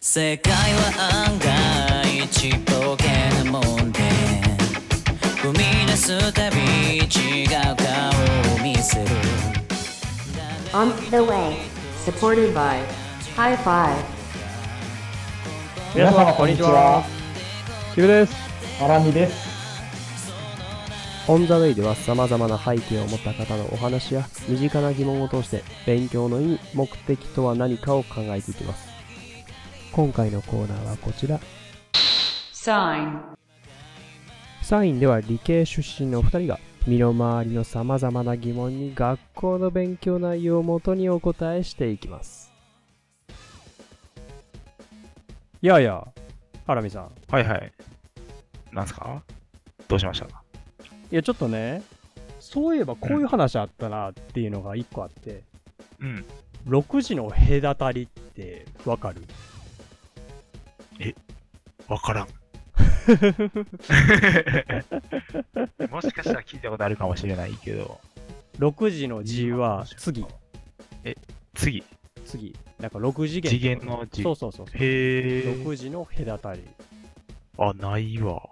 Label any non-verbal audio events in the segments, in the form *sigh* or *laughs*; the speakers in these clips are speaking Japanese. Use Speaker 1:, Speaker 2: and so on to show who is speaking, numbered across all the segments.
Speaker 1: 世界は案外ちっぽけなもんで踏み出すたび違う顔を見せる
Speaker 2: On the way, supported by High Five.
Speaker 3: 皆様こんにちは。
Speaker 4: キムです。
Speaker 3: アラミです。
Speaker 5: オン・ザ・ウェイでは様々な背景を持った方のお話や身近な疑問を通して勉強の意味、目的とは何かを考えていきます。今回のコーナーはこちら。
Speaker 2: Sign.
Speaker 5: サインでは理系出身のお二人が身の回りの様々な疑問に学校の勉強内容をもとにお答えしていきます。いやいや、ハラミさん。
Speaker 6: はいはい。なんすかどうしました
Speaker 5: いや、ちょっとね、そういえばこういう話あったなっていうのが一個あって、
Speaker 6: うん。
Speaker 5: 6時の隔たりってわかる
Speaker 6: わからん。 *laughs* もしかしたら聞いたことあるかもしれないけど。
Speaker 5: 6時の G は次、
Speaker 6: 次。
Speaker 5: 次。なんか6次元。
Speaker 6: 次元の次
Speaker 5: そうそうそう。
Speaker 6: へー。
Speaker 5: 6時の隔たり。
Speaker 6: あ、ないわ。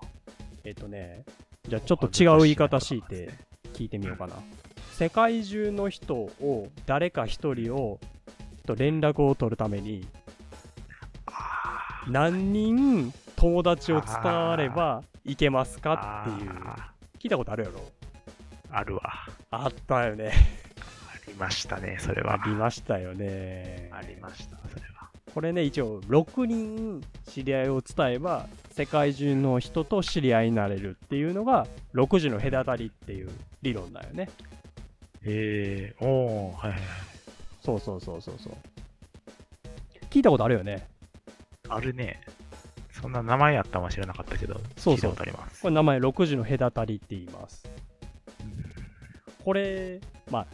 Speaker 5: えっとね、じゃあちょっと違う言い方敷いて聞いてみようかな。世界中の人を、誰か一人を、と連絡を取るために、何人友達を伝わればいけますかっていう。
Speaker 6: あ
Speaker 5: 聞いたことあるやろ
Speaker 6: ーあるわ。
Speaker 5: あったよね。
Speaker 6: ありましたね、それ
Speaker 5: あ
Speaker 6: は。
Speaker 5: りましたよね。
Speaker 6: ありました、それは。
Speaker 5: これね、一応、6人知り合いを伝えば、世界中の人と知り合いになれるっていうのが、6時の隔たりっていう理論だよね。
Speaker 6: へー。おー、はいはいはい。
Speaker 5: そうそうそうそうそう。聞いたことあるよね。
Speaker 6: あるね。そんな名前あったかもしれなかったけど、
Speaker 5: そうそう
Speaker 6: 聞いたことあります。
Speaker 5: これ名前6時の隔たりって言います。これ、まあ、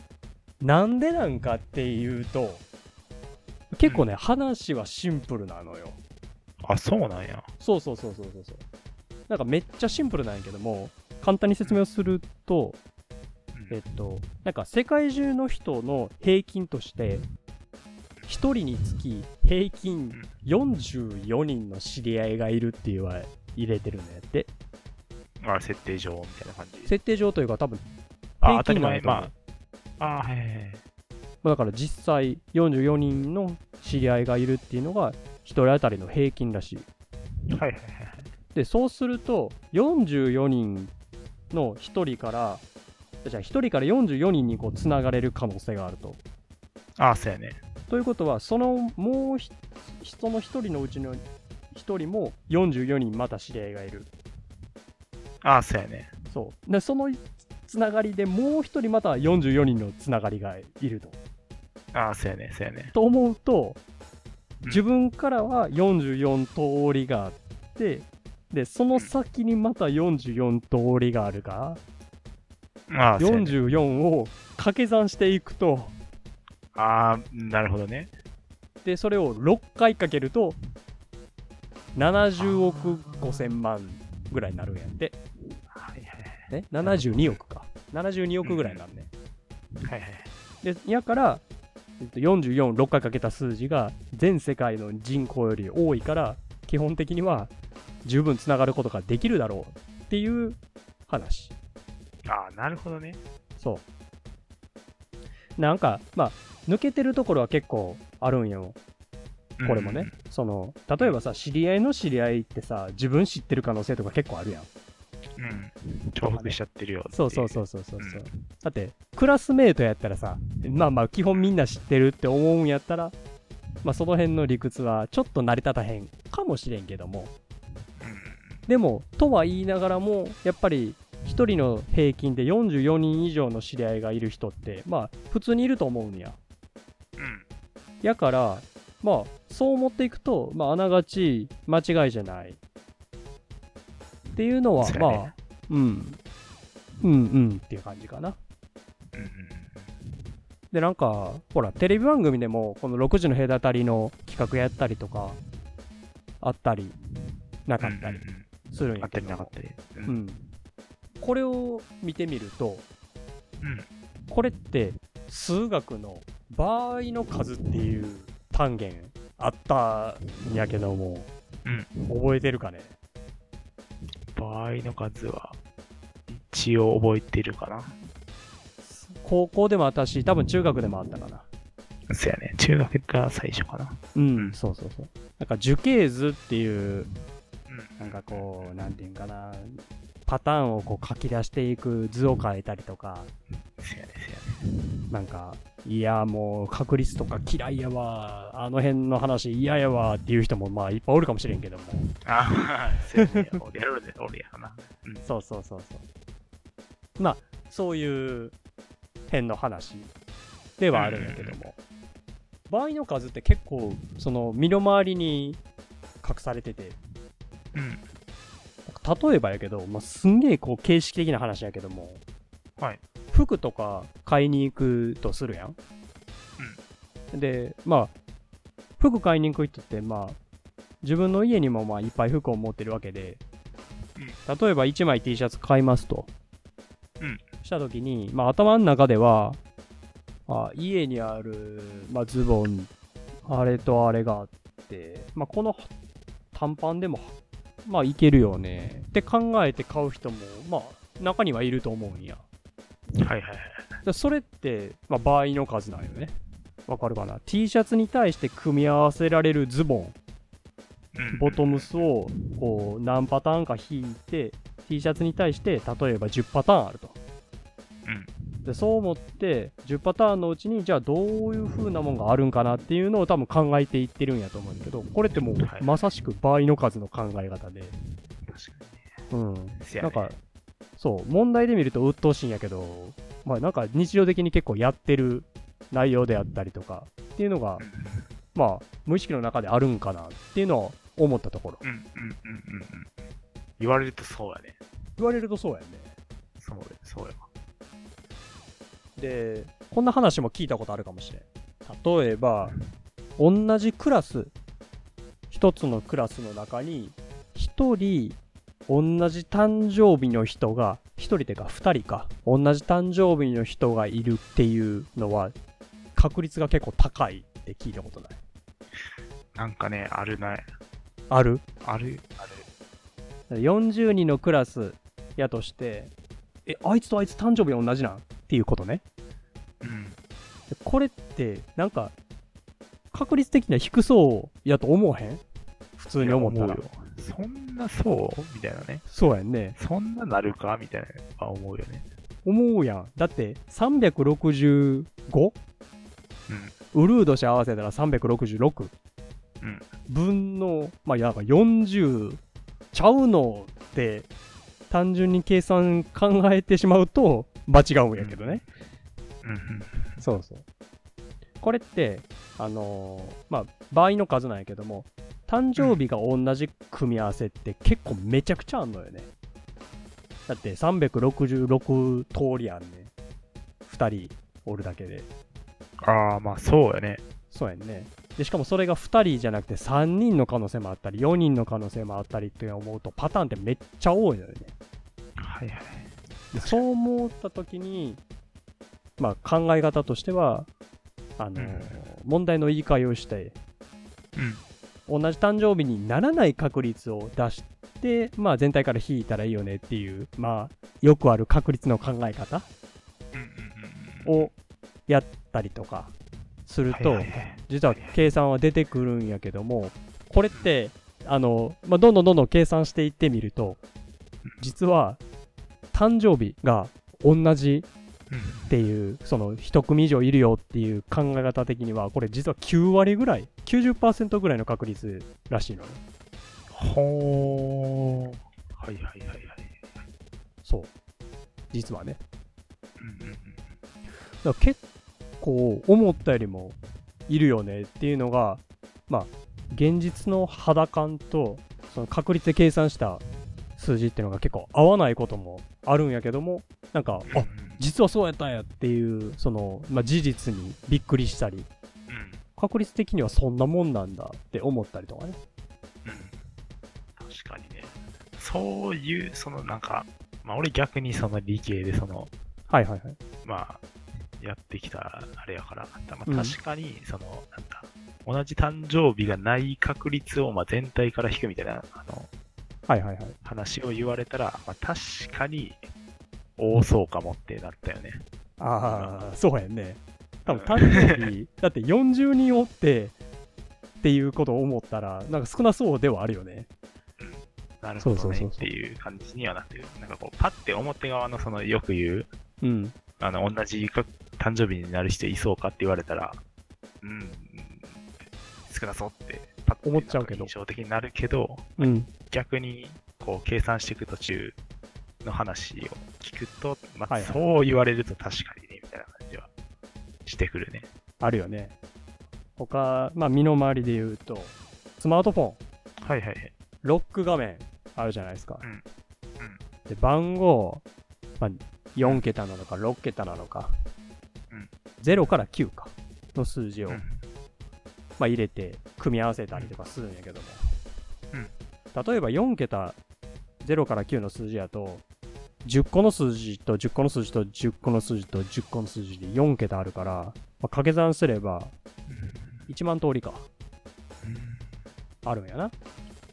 Speaker 5: なんでなんかっていうと、結構ね、話はシンプルなのよ。
Speaker 6: あ、そうなんや。
Speaker 5: そうそうそうそうそうそう。なんかめっちゃシンプルなんやけども、簡単に説明をすると、
Speaker 6: うん
Speaker 5: えっと、なんか世界中の人の平均として、1人につき平均44人の知り合いがいるっていうのは入れてるんだって。
Speaker 6: あ、設定上みたいな感じ。
Speaker 5: 設定上というか多分、
Speaker 6: あ、当
Speaker 5: 平
Speaker 6: たり
Speaker 5: 均なん
Speaker 6: 前。
Speaker 5: やと思う
Speaker 6: まあ、あー、はいはいはい。
Speaker 5: まあだから実際44人の知り合いがいるっていうのが1人当たりの平均らしい。
Speaker 6: はいはいはい。
Speaker 5: でそうすると44人の1人からじゃあ1人から44人にこうつながれる可能性があると。
Speaker 6: ああ、そうやね。
Speaker 5: ということはそのもうひその1人のうちの1人も44人また知り合いがいる。
Speaker 6: ああ、そうやね。
Speaker 5: そうでそのつながりでもう1人また44人のつながりがいると。
Speaker 6: ああ、そうやね。そうやね。
Speaker 5: と思うと自分からは44通りがあってでその先にまた44通りがあるから。
Speaker 6: ああ、そうやね。
Speaker 5: 44を掛け算していくと
Speaker 6: ああ、なるほどね。
Speaker 5: でそれを6回かけると70億5000万ぐらいになるんやって、
Speaker 6: はいは
Speaker 5: ね、72億か72億ぐらいになるね、
Speaker 6: いはい。はいはい。
Speaker 5: でやからえっと446回かけた数字が全世界の人口より多いから基本的には十分つながることができるだろうっていう話
Speaker 6: ああ、なるほどね。
Speaker 5: そうなんかまあ抜けてるところは結構あるんよ
Speaker 6: うん
Speaker 5: これもね、。その例えばさ知り合いの知り合いってさ自分知ってる可能性とか結構あるやん
Speaker 6: うん。重複しちゃってるよ。。
Speaker 5: そうそうそううそうそうそう
Speaker 6: う
Speaker 5: だってクラスメートやったらさまあまあ基本みんな知ってるって思うんやったらまあその辺の理屈はちょっと成り立たへんかもしれんけどもでもとは言いながらもやっぱり1人の平均で44人以上の知り合いがいる人ってまあ普通にいると思うんや
Speaker 6: うん。
Speaker 5: やからまあそう思っていくとまああながち間違いじゃないっていうのは
Speaker 6: そう
Speaker 5: ま
Speaker 6: や
Speaker 5: あ、
Speaker 6: ね
Speaker 5: うんうんうんっていう感じかな
Speaker 6: うん。うん
Speaker 5: でなんかほらテレビ番組でもこの6時の隔たりの企画やったりとかあったりなか
Speaker 6: うん。
Speaker 5: ったり
Speaker 6: うんうん
Speaker 5: するん
Speaker 6: あ
Speaker 5: や
Speaker 6: っ
Speaker 5: け
Speaker 6: た
Speaker 5: ど
Speaker 6: りなかったり。う。
Speaker 5: うんんこれを見てみると
Speaker 6: うん
Speaker 5: これって数学の場合の数っていう単元あったんやけども、
Speaker 6: うん
Speaker 5: 覚えてるかね
Speaker 6: 場合の数は、一応覚えてるかな。
Speaker 5: 高校でもあったし、多分中学でもあったかな。
Speaker 6: そうやね。中学が最初かな。
Speaker 5: うん、そうそうそう。なんか樹形図っていう、
Speaker 6: うん。
Speaker 5: なんかこう、なんていうんかな、パターンをこう書き出していく図を変えたりとか、
Speaker 6: そうやね、そうやね。
Speaker 5: なんか、いや、もう確率とか嫌いやわ、あの辺の話嫌やわっていう人もまあいっぱいおるかもしれんけども。
Speaker 6: ああ、 *laughs* そうやね。俺やろうで、俺やな。うん。
Speaker 5: そうそうそうそう。まあ、そういう辺の話ではあるんだけども。場合の数って結構、その身の回りに隠されてて、
Speaker 6: うん。
Speaker 5: なんか例えばやけど、まあ、すんげえこう形式的な話やけども、
Speaker 6: はい。
Speaker 5: 服とか買いに行くとするやん。で、まあ、服買いに行く人って、まあ、自分の家にもまあいっぱい服を持ってるわけで、
Speaker 6: うん
Speaker 5: 例えば1枚 T シャツ買いますと、
Speaker 6: うん
Speaker 5: した時に、まあ、頭の中ではあ家にある、まあ、ズボンあれとあれがあって、まあ、この短パンでも、まあ、いけるよねって考えて買う人も、まあ、中にはいると思うんや。
Speaker 6: はいはいはい。
Speaker 5: でそれって、まあ、場合の数なんよね。わかるかな ?T シャツに対して組み合わせられるズボン、
Speaker 6: うん
Speaker 5: ボトムスをこう何パターンか引いて、T シャツに対して例えば10パターンあると。でそう思って10パターンのうちにじゃあどういう風なもんがあるんかなっていうのを多分考えていってるんやと思うんだけどこれってもう
Speaker 6: はい
Speaker 5: まさしく場合の数の考え方で、
Speaker 6: 確か
Speaker 5: うん、
Speaker 6: に。せや
Speaker 5: な
Speaker 6: ね
Speaker 5: んかそう問題で見ると鬱陶しいんやけど、まあ、なんか日常的に結構やってる内容であったりとかっていうのが
Speaker 6: うん
Speaker 5: まあ無意識の中であるんかなっていうのを思ったところ
Speaker 6: うんうんうんうんうん。言われるとそうやね。
Speaker 5: 言われるとそうやね
Speaker 6: そうや、そうやわ。
Speaker 5: でこんな話も聞いたことあるかもしれん例えば同じクラス一つのクラスの中に一人同じ誕生日の人が一人てか二人か同じ誕生日の人がいるっていうのは確率が結構高いって聞いたことない
Speaker 6: なんかね、あるな、
Speaker 5: ある
Speaker 6: ある、ある。
Speaker 5: 40人のクラスやとしてえあいつとあいつ誕生日同じなんっていうことね
Speaker 6: うん。
Speaker 5: でこれってなんか確率的には低そうやと思わへん普通に思った
Speaker 6: いや
Speaker 5: ら
Speaker 6: 思そんなそうみたいなね。
Speaker 5: そうやんね
Speaker 6: そんななるかみたいなあ思うよね。
Speaker 5: 思うやんだって 365? ウルード氏合わせたら366、
Speaker 6: うん
Speaker 5: 分のまあなんか40ちゃうのって単純に計算考えてしまうと間違うんやけどね、
Speaker 6: うん。うんうん。
Speaker 5: そうそう。これって、あのーまあ、場合の数なんやけども、誕生日が同じ組み合わせって結構めちゃくちゃあんのよね。だって366通りあんねん。2人おるだけで。
Speaker 6: ああ、まあそうやね。
Speaker 5: そうやんね。で、しかもそれが2人じゃなくて3人の可能性もあったり、4人の可能性もあったりって思うと、パターンってめっちゃ多いのよね。
Speaker 6: はいはい。
Speaker 5: でそう思った時に、まあ、考え方としてはあの、
Speaker 6: うん
Speaker 5: 問題の言い換えをして
Speaker 6: うん。
Speaker 5: 同じ誕生日にならない確率を出して、まあ、全体から引いたらいいよねっていう、まあ、よくある確率の考え方
Speaker 6: うんうんうんうん。
Speaker 5: をやったりとかすると、
Speaker 6: はいはいはい
Speaker 5: 実は計算は出てくるんやけどもこれってあの、まあ、どんどんどんどん計算していってみると実は誕生日が同じ
Speaker 6: うん
Speaker 5: っていうその1組以上いるよっていう考え方的にはこれ実は9割ぐらい90%ぐらいの確率らしいのね
Speaker 6: ほー。はいはいはいはい。
Speaker 5: そう実はね
Speaker 6: うんうんうん。
Speaker 5: だから結構思ったよりもいるよねっていうのがまあ現実の肌感とその確率で計算した数字っていうのが結構合わないこともあるんやけどもなんかあ実はそうやったんやっていうその、まあ、事実にびっくりしたり
Speaker 6: うんうん
Speaker 5: 確率的にはそんなもんなんだって思ったりとかね
Speaker 6: うん確かにね。そういう、そのなんか、まあ俺逆にその理系でその、
Speaker 5: はいはいはい
Speaker 6: まあ、やってきたあれやから、たま
Speaker 5: うん
Speaker 6: あ確かにその、なんか、同じ誕生日がない確率をまあ全体から引くみたいなあの
Speaker 5: はいはいはい。
Speaker 6: 話を言われたら、まあ、確かに多そうかもってなったよね。
Speaker 5: ああ、そうやんね。多分誕生日、だって40人おってっていうことを思ったら、なんか少なそうではあるよね。
Speaker 6: なるほ
Speaker 5: そ
Speaker 6: ど
Speaker 5: うそう
Speaker 6: ね
Speaker 5: そう
Speaker 6: っ
Speaker 5: そう
Speaker 6: ていう感じにはなってる。なんかこう、パッて表側のそのよく言う、
Speaker 5: うん。
Speaker 6: あの、同じか誕生日になる人いそうかって言われたら、うん、少なそうって、パッて
Speaker 5: 思っちゃうけど
Speaker 6: なんか印象的になるけど、
Speaker 5: うん。
Speaker 6: 逆にこう計算していく途中の話を聞くと、まあ
Speaker 5: はいはい
Speaker 6: そう言われると確かにね、みたいな感じはしてくるね。
Speaker 5: あるよね。他、まあ身の回りで言うと、スマートフォン、
Speaker 6: はいはいはい。
Speaker 5: ロック画面あるじゃないですか。
Speaker 6: うんうん
Speaker 5: で、番号、まあ、4桁なのか6桁なのか、
Speaker 6: うん
Speaker 5: 0から9かの数字を、
Speaker 6: うん
Speaker 5: まあ、入れて組み合わせたりとかするんやけども、
Speaker 6: うん
Speaker 5: 例えば4桁0から9の数字やと10個の数字と10個の数字と10個の数字と10個の数字で4桁あるから、まあ、掛け算すれば1万通りかあるんやな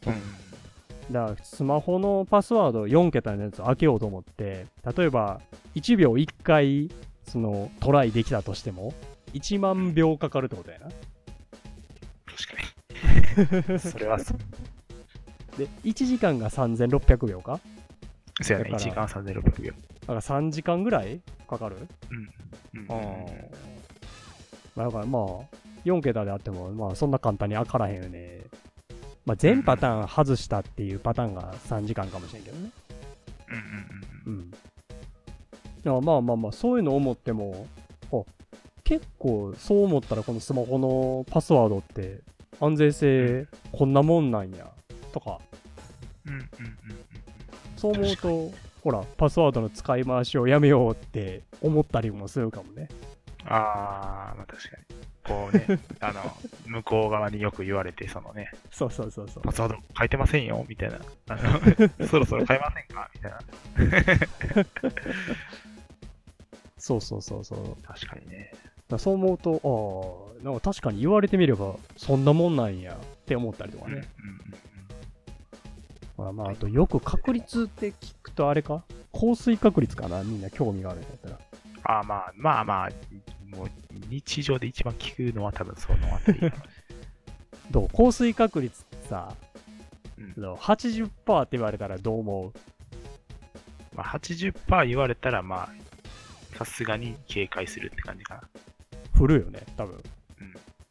Speaker 6: うん。
Speaker 5: だからスマホのパスワード4桁のやつ開けようと思って例えば1秒1回そのトライできたとしても1万秒かかるってことやな
Speaker 6: 確 *laughs* かに。それはそう。
Speaker 5: で1時間が3600秒か
Speaker 6: そうやね、
Speaker 5: だ
Speaker 6: 1
Speaker 5: から
Speaker 6: 時間3600秒。
Speaker 5: だから3時間ぐらいかかる
Speaker 6: うん
Speaker 5: まあだからまあ4桁であってもまあそんな簡単に開からへんよねまあ全パターン外したっていうパターンが3時間かもしれんけどね
Speaker 6: うんう
Speaker 5: う
Speaker 6: んうん
Speaker 5: ん。だからまあまあまあ、そういうの思っても、あ結構そう思ったらこのスマホのパスワードって安全性こんなもんなんや、とか、
Speaker 6: うんうんうん
Speaker 5: そう思う
Speaker 6: 確か
Speaker 5: と、ほら、パスワードの使い回しをやめようって思ったりもするかもね。
Speaker 6: ああ、まあ確かに。こう *laughs* ね、あの、向こう側によく言われて、そのね、
Speaker 5: そうそうそうそう。
Speaker 6: パスワード変えてませんよ、みたいな。あ *laughs* のそろそろ変えませんかみたいな。
Speaker 5: そうそうそうそう。だか
Speaker 6: 確かにね。
Speaker 5: らそう思うと、ああ、なんか確かに言われてみれば、そんなもんなんやって思ったりとか
Speaker 6: うんうんうん
Speaker 5: ね。まあまあ、あとよく確率って聞くとあれか降水確率かなみんな興味があるんだったら。
Speaker 6: ああ、まあまあまあ、もう日常で一番聞くのは多分そのあたりだろうね。
Speaker 5: どう降水確率ってさ、
Speaker 6: うん
Speaker 5: その80%って言われたらどう思
Speaker 6: *laughs* まあ80%言われたら、まあ、さすがに警戒するって感じかな。
Speaker 5: う振るよね、多分。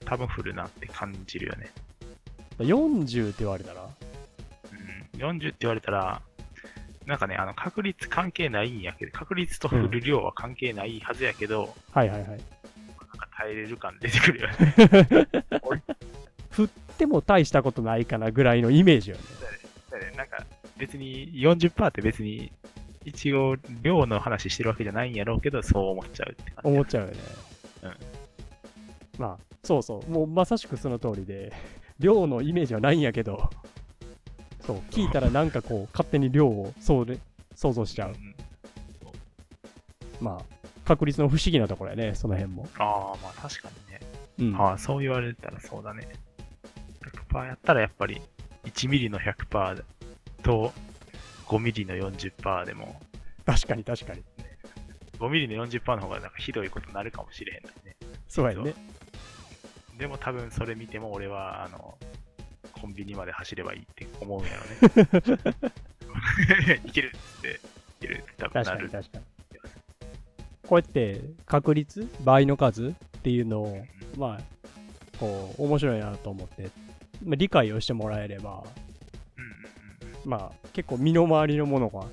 Speaker 6: 多分降るなって感じるよね。
Speaker 5: 40って言われたら、
Speaker 6: うん、40って言われたら、なんかね、あの確率関係ないんやけど、確率と振る量は関係ないはずやけど、
Speaker 5: はいはいはい。
Speaker 6: なんか耐えれる感出てくるよね。 *laughs*
Speaker 5: 振っても大したことないかなぐらいのイメージよね。
Speaker 6: だよねなんか別に40%って別に一応量の話してるわけじゃないんやろうけどそう思っちゃうって感
Speaker 5: 思
Speaker 6: じ
Speaker 5: っちゃうよね。
Speaker 6: うん
Speaker 5: まあ、そうそう。もうまさしくその通りで、 *laughs* 量のイメージはないんやけど、そう、聞いたらなんかこう、勝手に量をそうで想像しちゃう。
Speaker 6: ん
Speaker 5: まあ、確率の不思議なところやね、その辺も。
Speaker 6: ああまあ確かにね、
Speaker 5: うん
Speaker 6: ああそう言われたらそうだね100%やったらやっぱり1ミリの100%と5ミリの40%でも
Speaker 5: 確かに確かに。
Speaker 6: 5ミリの40%の方がなんかひどいことになるかもしれへんのにね
Speaker 5: そうやね。
Speaker 6: でも多分それ見ても俺はあのコンビニまで走ればいいって思うんや
Speaker 5: *laughs*
Speaker 6: ろねいけるっていけるって多分
Speaker 5: 確
Speaker 6: な
Speaker 5: か
Speaker 6: る
Speaker 5: に確かに。こうやって確率倍の数っていうのを、まあ、こう、面白いなと思って、まあ、理解をしてもらえれば、
Speaker 6: うんうんうんうん
Speaker 5: まあ、結構身の回りのものが、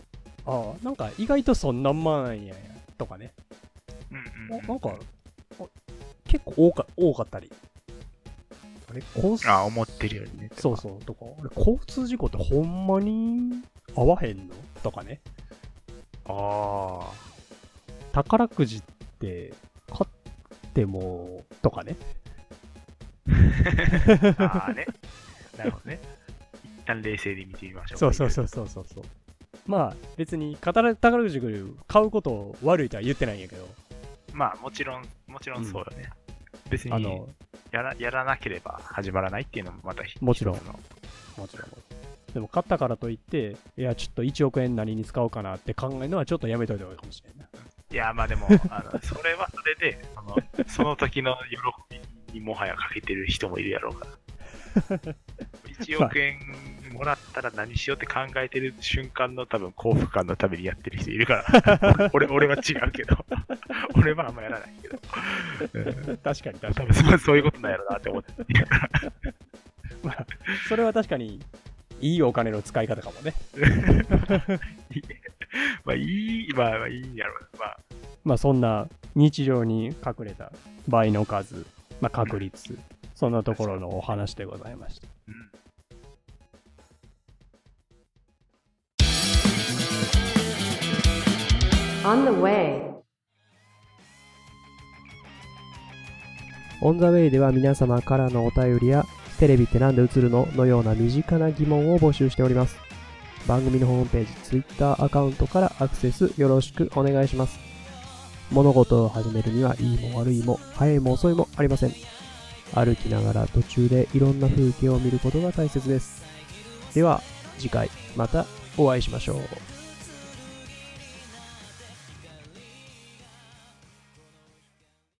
Speaker 5: ああ、なんか意外とそんなんまんやや、とかね。
Speaker 6: うんうん
Speaker 5: おなんか、お結構多か多かったり。あれ、交通
Speaker 6: あ思ってるよりね。
Speaker 5: そうそう、とか、あれ交通事故ってほんまに合わへんのとかね。
Speaker 6: あ
Speaker 5: 宝くじって買っても、とかね。
Speaker 6: あ。ああね。なるほどね。一旦冷静に見てみましょう。
Speaker 5: そうそうそうそうそうそう。まあ別に宝宝くじ買うことを悪いとは言ってないんやけど、
Speaker 6: まあもちろん、もちろんそうよね。別に、
Speaker 5: あの、
Speaker 6: やら、やらなければ始まらないっていうのもまたひ
Speaker 5: もちろん
Speaker 6: 一つの
Speaker 5: もちろん。でも、勝ったからといって、いや、ちょっと1億円何に使おうかなって考えるのはちょっとやめといた方がいいかもしれない。 *laughs*
Speaker 6: いや、まあでも、あの、それはそれで、その、その時の喜びにもはや欠けてる人もいるやろうから。1億円もらったら何しようって考えてる瞬間の多分幸福感のためにやってる人い
Speaker 5: *laughs*
Speaker 6: るから。俺、俺は違うけど。俺はあんまやらないけど。
Speaker 5: 確かに確か
Speaker 6: 多
Speaker 5: に
Speaker 6: 分。そうそういうことなんやろうなって思って。
Speaker 5: それは確かに、いいお金の使い方かもね。
Speaker 6: *laughs* まあいい、まあまあいいんやろうな。まあ、
Speaker 5: まあそんな日常に隠れた倍の数、まあ確率、そんなところのお話でございました。
Speaker 6: うん。
Speaker 2: On the way.
Speaker 4: オン・ザ・ウェイでは皆様からのお便りや「テレビってなんで映るの?」のような身近な疑問を募集しております番組のホームページ Twitter アカウントからアクセスよろしくお願いします物事を始めるにはいいも悪いも早いも遅いもありません歩きながら途中でいろんな風景を見ることが大切ですでは次回またお会いしましょう